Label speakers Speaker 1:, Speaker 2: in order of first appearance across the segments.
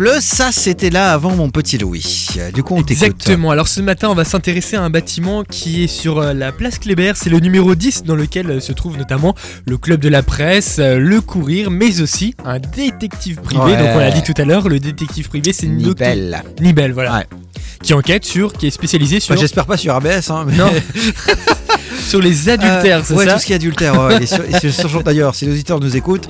Speaker 1: bleu, ça c'était là avant mon petit Louis. Euh, Du coup, on t'écoute.
Speaker 2: Exactement. Alors ce matin, on va s'intéresser à un bâtiment qui est sur euh, la place Kléber. C'est le numéro 10 dans lequel euh, se trouve notamment le club de la presse, euh, le courir, mais aussi un détective privé.
Speaker 1: Ouais.
Speaker 2: Donc on l'a dit tout à l'heure, le détective privé, c'est Noctu-
Speaker 1: Nibel.
Speaker 2: Nibel, voilà.
Speaker 1: Ouais.
Speaker 2: Qui enquête sur, qui est spécialisé sur,
Speaker 1: Enfin, J'espère pas sur ABS, hein, mais-
Speaker 2: Non, sur les adultères,
Speaker 1: Euh,
Speaker 2: c'est
Speaker 1: ouais,
Speaker 2: ça
Speaker 1: tout ce qui est adultère. ouais. et sur- et sur- sur- D'ailleurs, si les auditeurs nous écoutent,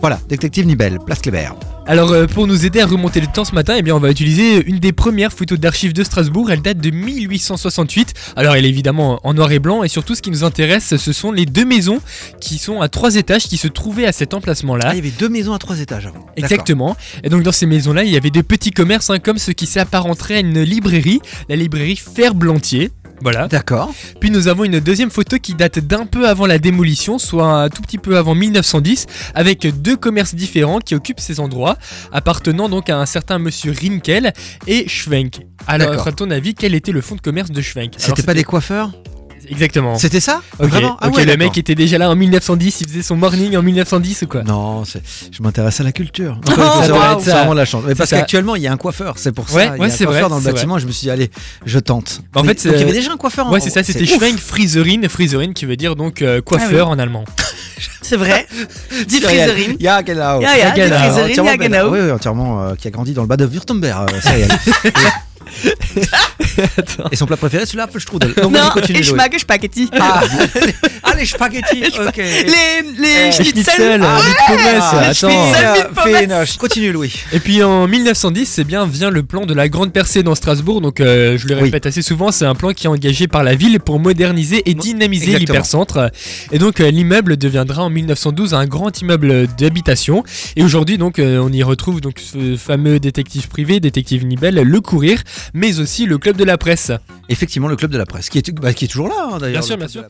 Speaker 1: voilà, détective Nibel, place Kléber.
Speaker 2: Alors euh, pour nous aider à remonter le temps ce matin, eh bien on va utiliser une des premières photos d'archives de Strasbourg. Elle date de 1868. Alors elle est évidemment en noir et blanc et surtout ce qui nous intéresse, ce sont les deux maisons qui sont à trois étages qui se trouvaient à cet emplacement-là.
Speaker 1: Ah, il y avait deux maisons à trois étages avant. D'accord.
Speaker 2: Exactement. Et donc dans ces maisons-là, il y avait des petits commerces hein, comme ce qui s'apparenterait à une librairie, la librairie Ferblantier. Voilà.
Speaker 1: D'accord.
Speaker 2: Puis nous avons une deuxième photo qui date d'un peu avant la démolition, soit un tout petit peu avant 1910, avec deux commerces différents qui occupent ces endroits, appartenant donc à un certain monsieur Rinkel et Schwenk. Alors,
Speaker 1: D'accord.
Speaker 2: à ton avis, quel était le fonds de commerce de Schwenk Alors,
Speaker 1: C'était pas des coiffeurs
Speaker 2: Exactement.
Speaker 1: C'était ça
Speaker 2: Ok,
Speaker 1: Vraiment Ah
Speaker 2: ok,
Speaker 1: ouais,
Speaker 2: le mec
Speaker 1: d'accord.
Speaker 2: était déjà là en 1910, il faisait son morning en 1910 ou quoi
Speaker 1: Non, c'est- je m'intéresse à la culture.
Speaker 2: ça doit
Speaker 1: c'est vraiment,
Speaker 2: être
Speaker 1: c'est
Speaker 2: ça.
Speaker 1: vraiment la chance. Mais
Speaker 2: C'est
Speaker 1: parce
Speaker 2: ça.
Speaker 1: qu'actuellement, il y a un coiffeur, c'est pour ça.
Speaker 2: Ouais,
Speaker 1: il y a
Speaker 2: ouais,
Speaker 1: un
Speaker 2: c'est
Speaker 1: coiffeur
Speaker 2: vrai,
Speaker 1: dans le
Speaker 2: c'est
Speaker 1: bâtiment. Je me suis dit, allez, je tente.
Speaker 2: Bah, en
Speaker 1: Mais-
Speaker 2: fait,
Speaker 1: donc, il y
Speaker 2: euh,
Speaker 1: avait déjà un coiffeur. hein, en-
Speaker 2: Ouais, c'est ça, c'était
Speaker 1: ouf. Ah
Speaker 2: Schwenk Friserin, Friserin qui veut dire donc euh, coiffeur en allemand.
Speaker 3: C'est vrai. Dis
Speaker 1: Cyril.
Speaker 3: friserine.
Speaker 1: Ya Genau.
Speaker 3: Ya, ya,
Speaker 2: des
Speaker 1: Genau.
Speaker 3: friserines,
Speaker 1: Entièrement
Speaker 3: ya,
Speaker 1: Ben-
Speaker 3: genau.
Speaker 1: Oui, oui, entièrement, euh, qui a grandi dans le bas de Württemberg, euh, Cyril. Et son plat préféré, celui-là, Apfelstrudel. Donc,
Speaker 3: Non,
Speaker 1: on continue.
Speaker 3: ich
Speaker 1: Loïc.
Speaker 3: mag Spaghetti.
Speaker 1: Ah, ah, les spaghettis, ok.
Speaker 3: Les, les
Speaker 1: Eh,
Speaker 3: schnitzel.
Speaker 2: ah, vite commerce,
Speaker 1: Ah,
Speaker 2: attends.
Speaker 3: Schnitzel,
Speaker 1: Fina-
Speaker 3: mille pommettes.
Speaker 1: Finoche. Continue, Louis.
Speaker 2: Et puis en 1910, c'est eh bien vient le plan de la grande percée dans Strasbourg. Donc euh, je le
Speaker 1: Oui.
Speaker 2: répète assez souvent, c'est un plan qui est engagé par la ville pour moderniser et dynamiser
Speaker 1: exactement.
Speaker 2: l'hypercentre. Et donc euh, l'immeuble deviendra en 1912 un grand immeuble d'habitation. Et aujourd'hui donc euh, on y retrouve donc ce fameux détective privé, détective Nibel, le courir, mais aussi le club de la presse.
Speaker 1: Effectivement, le club de la presse, qui est, bah, qui est toujours là, hein, d'ailleurs.
Speaker 2: Bien
Speaker 1: le
Speaker 2: sûr, bien
Speaker 1: club de
Speaker 2: sûr.
Speaker 1: la-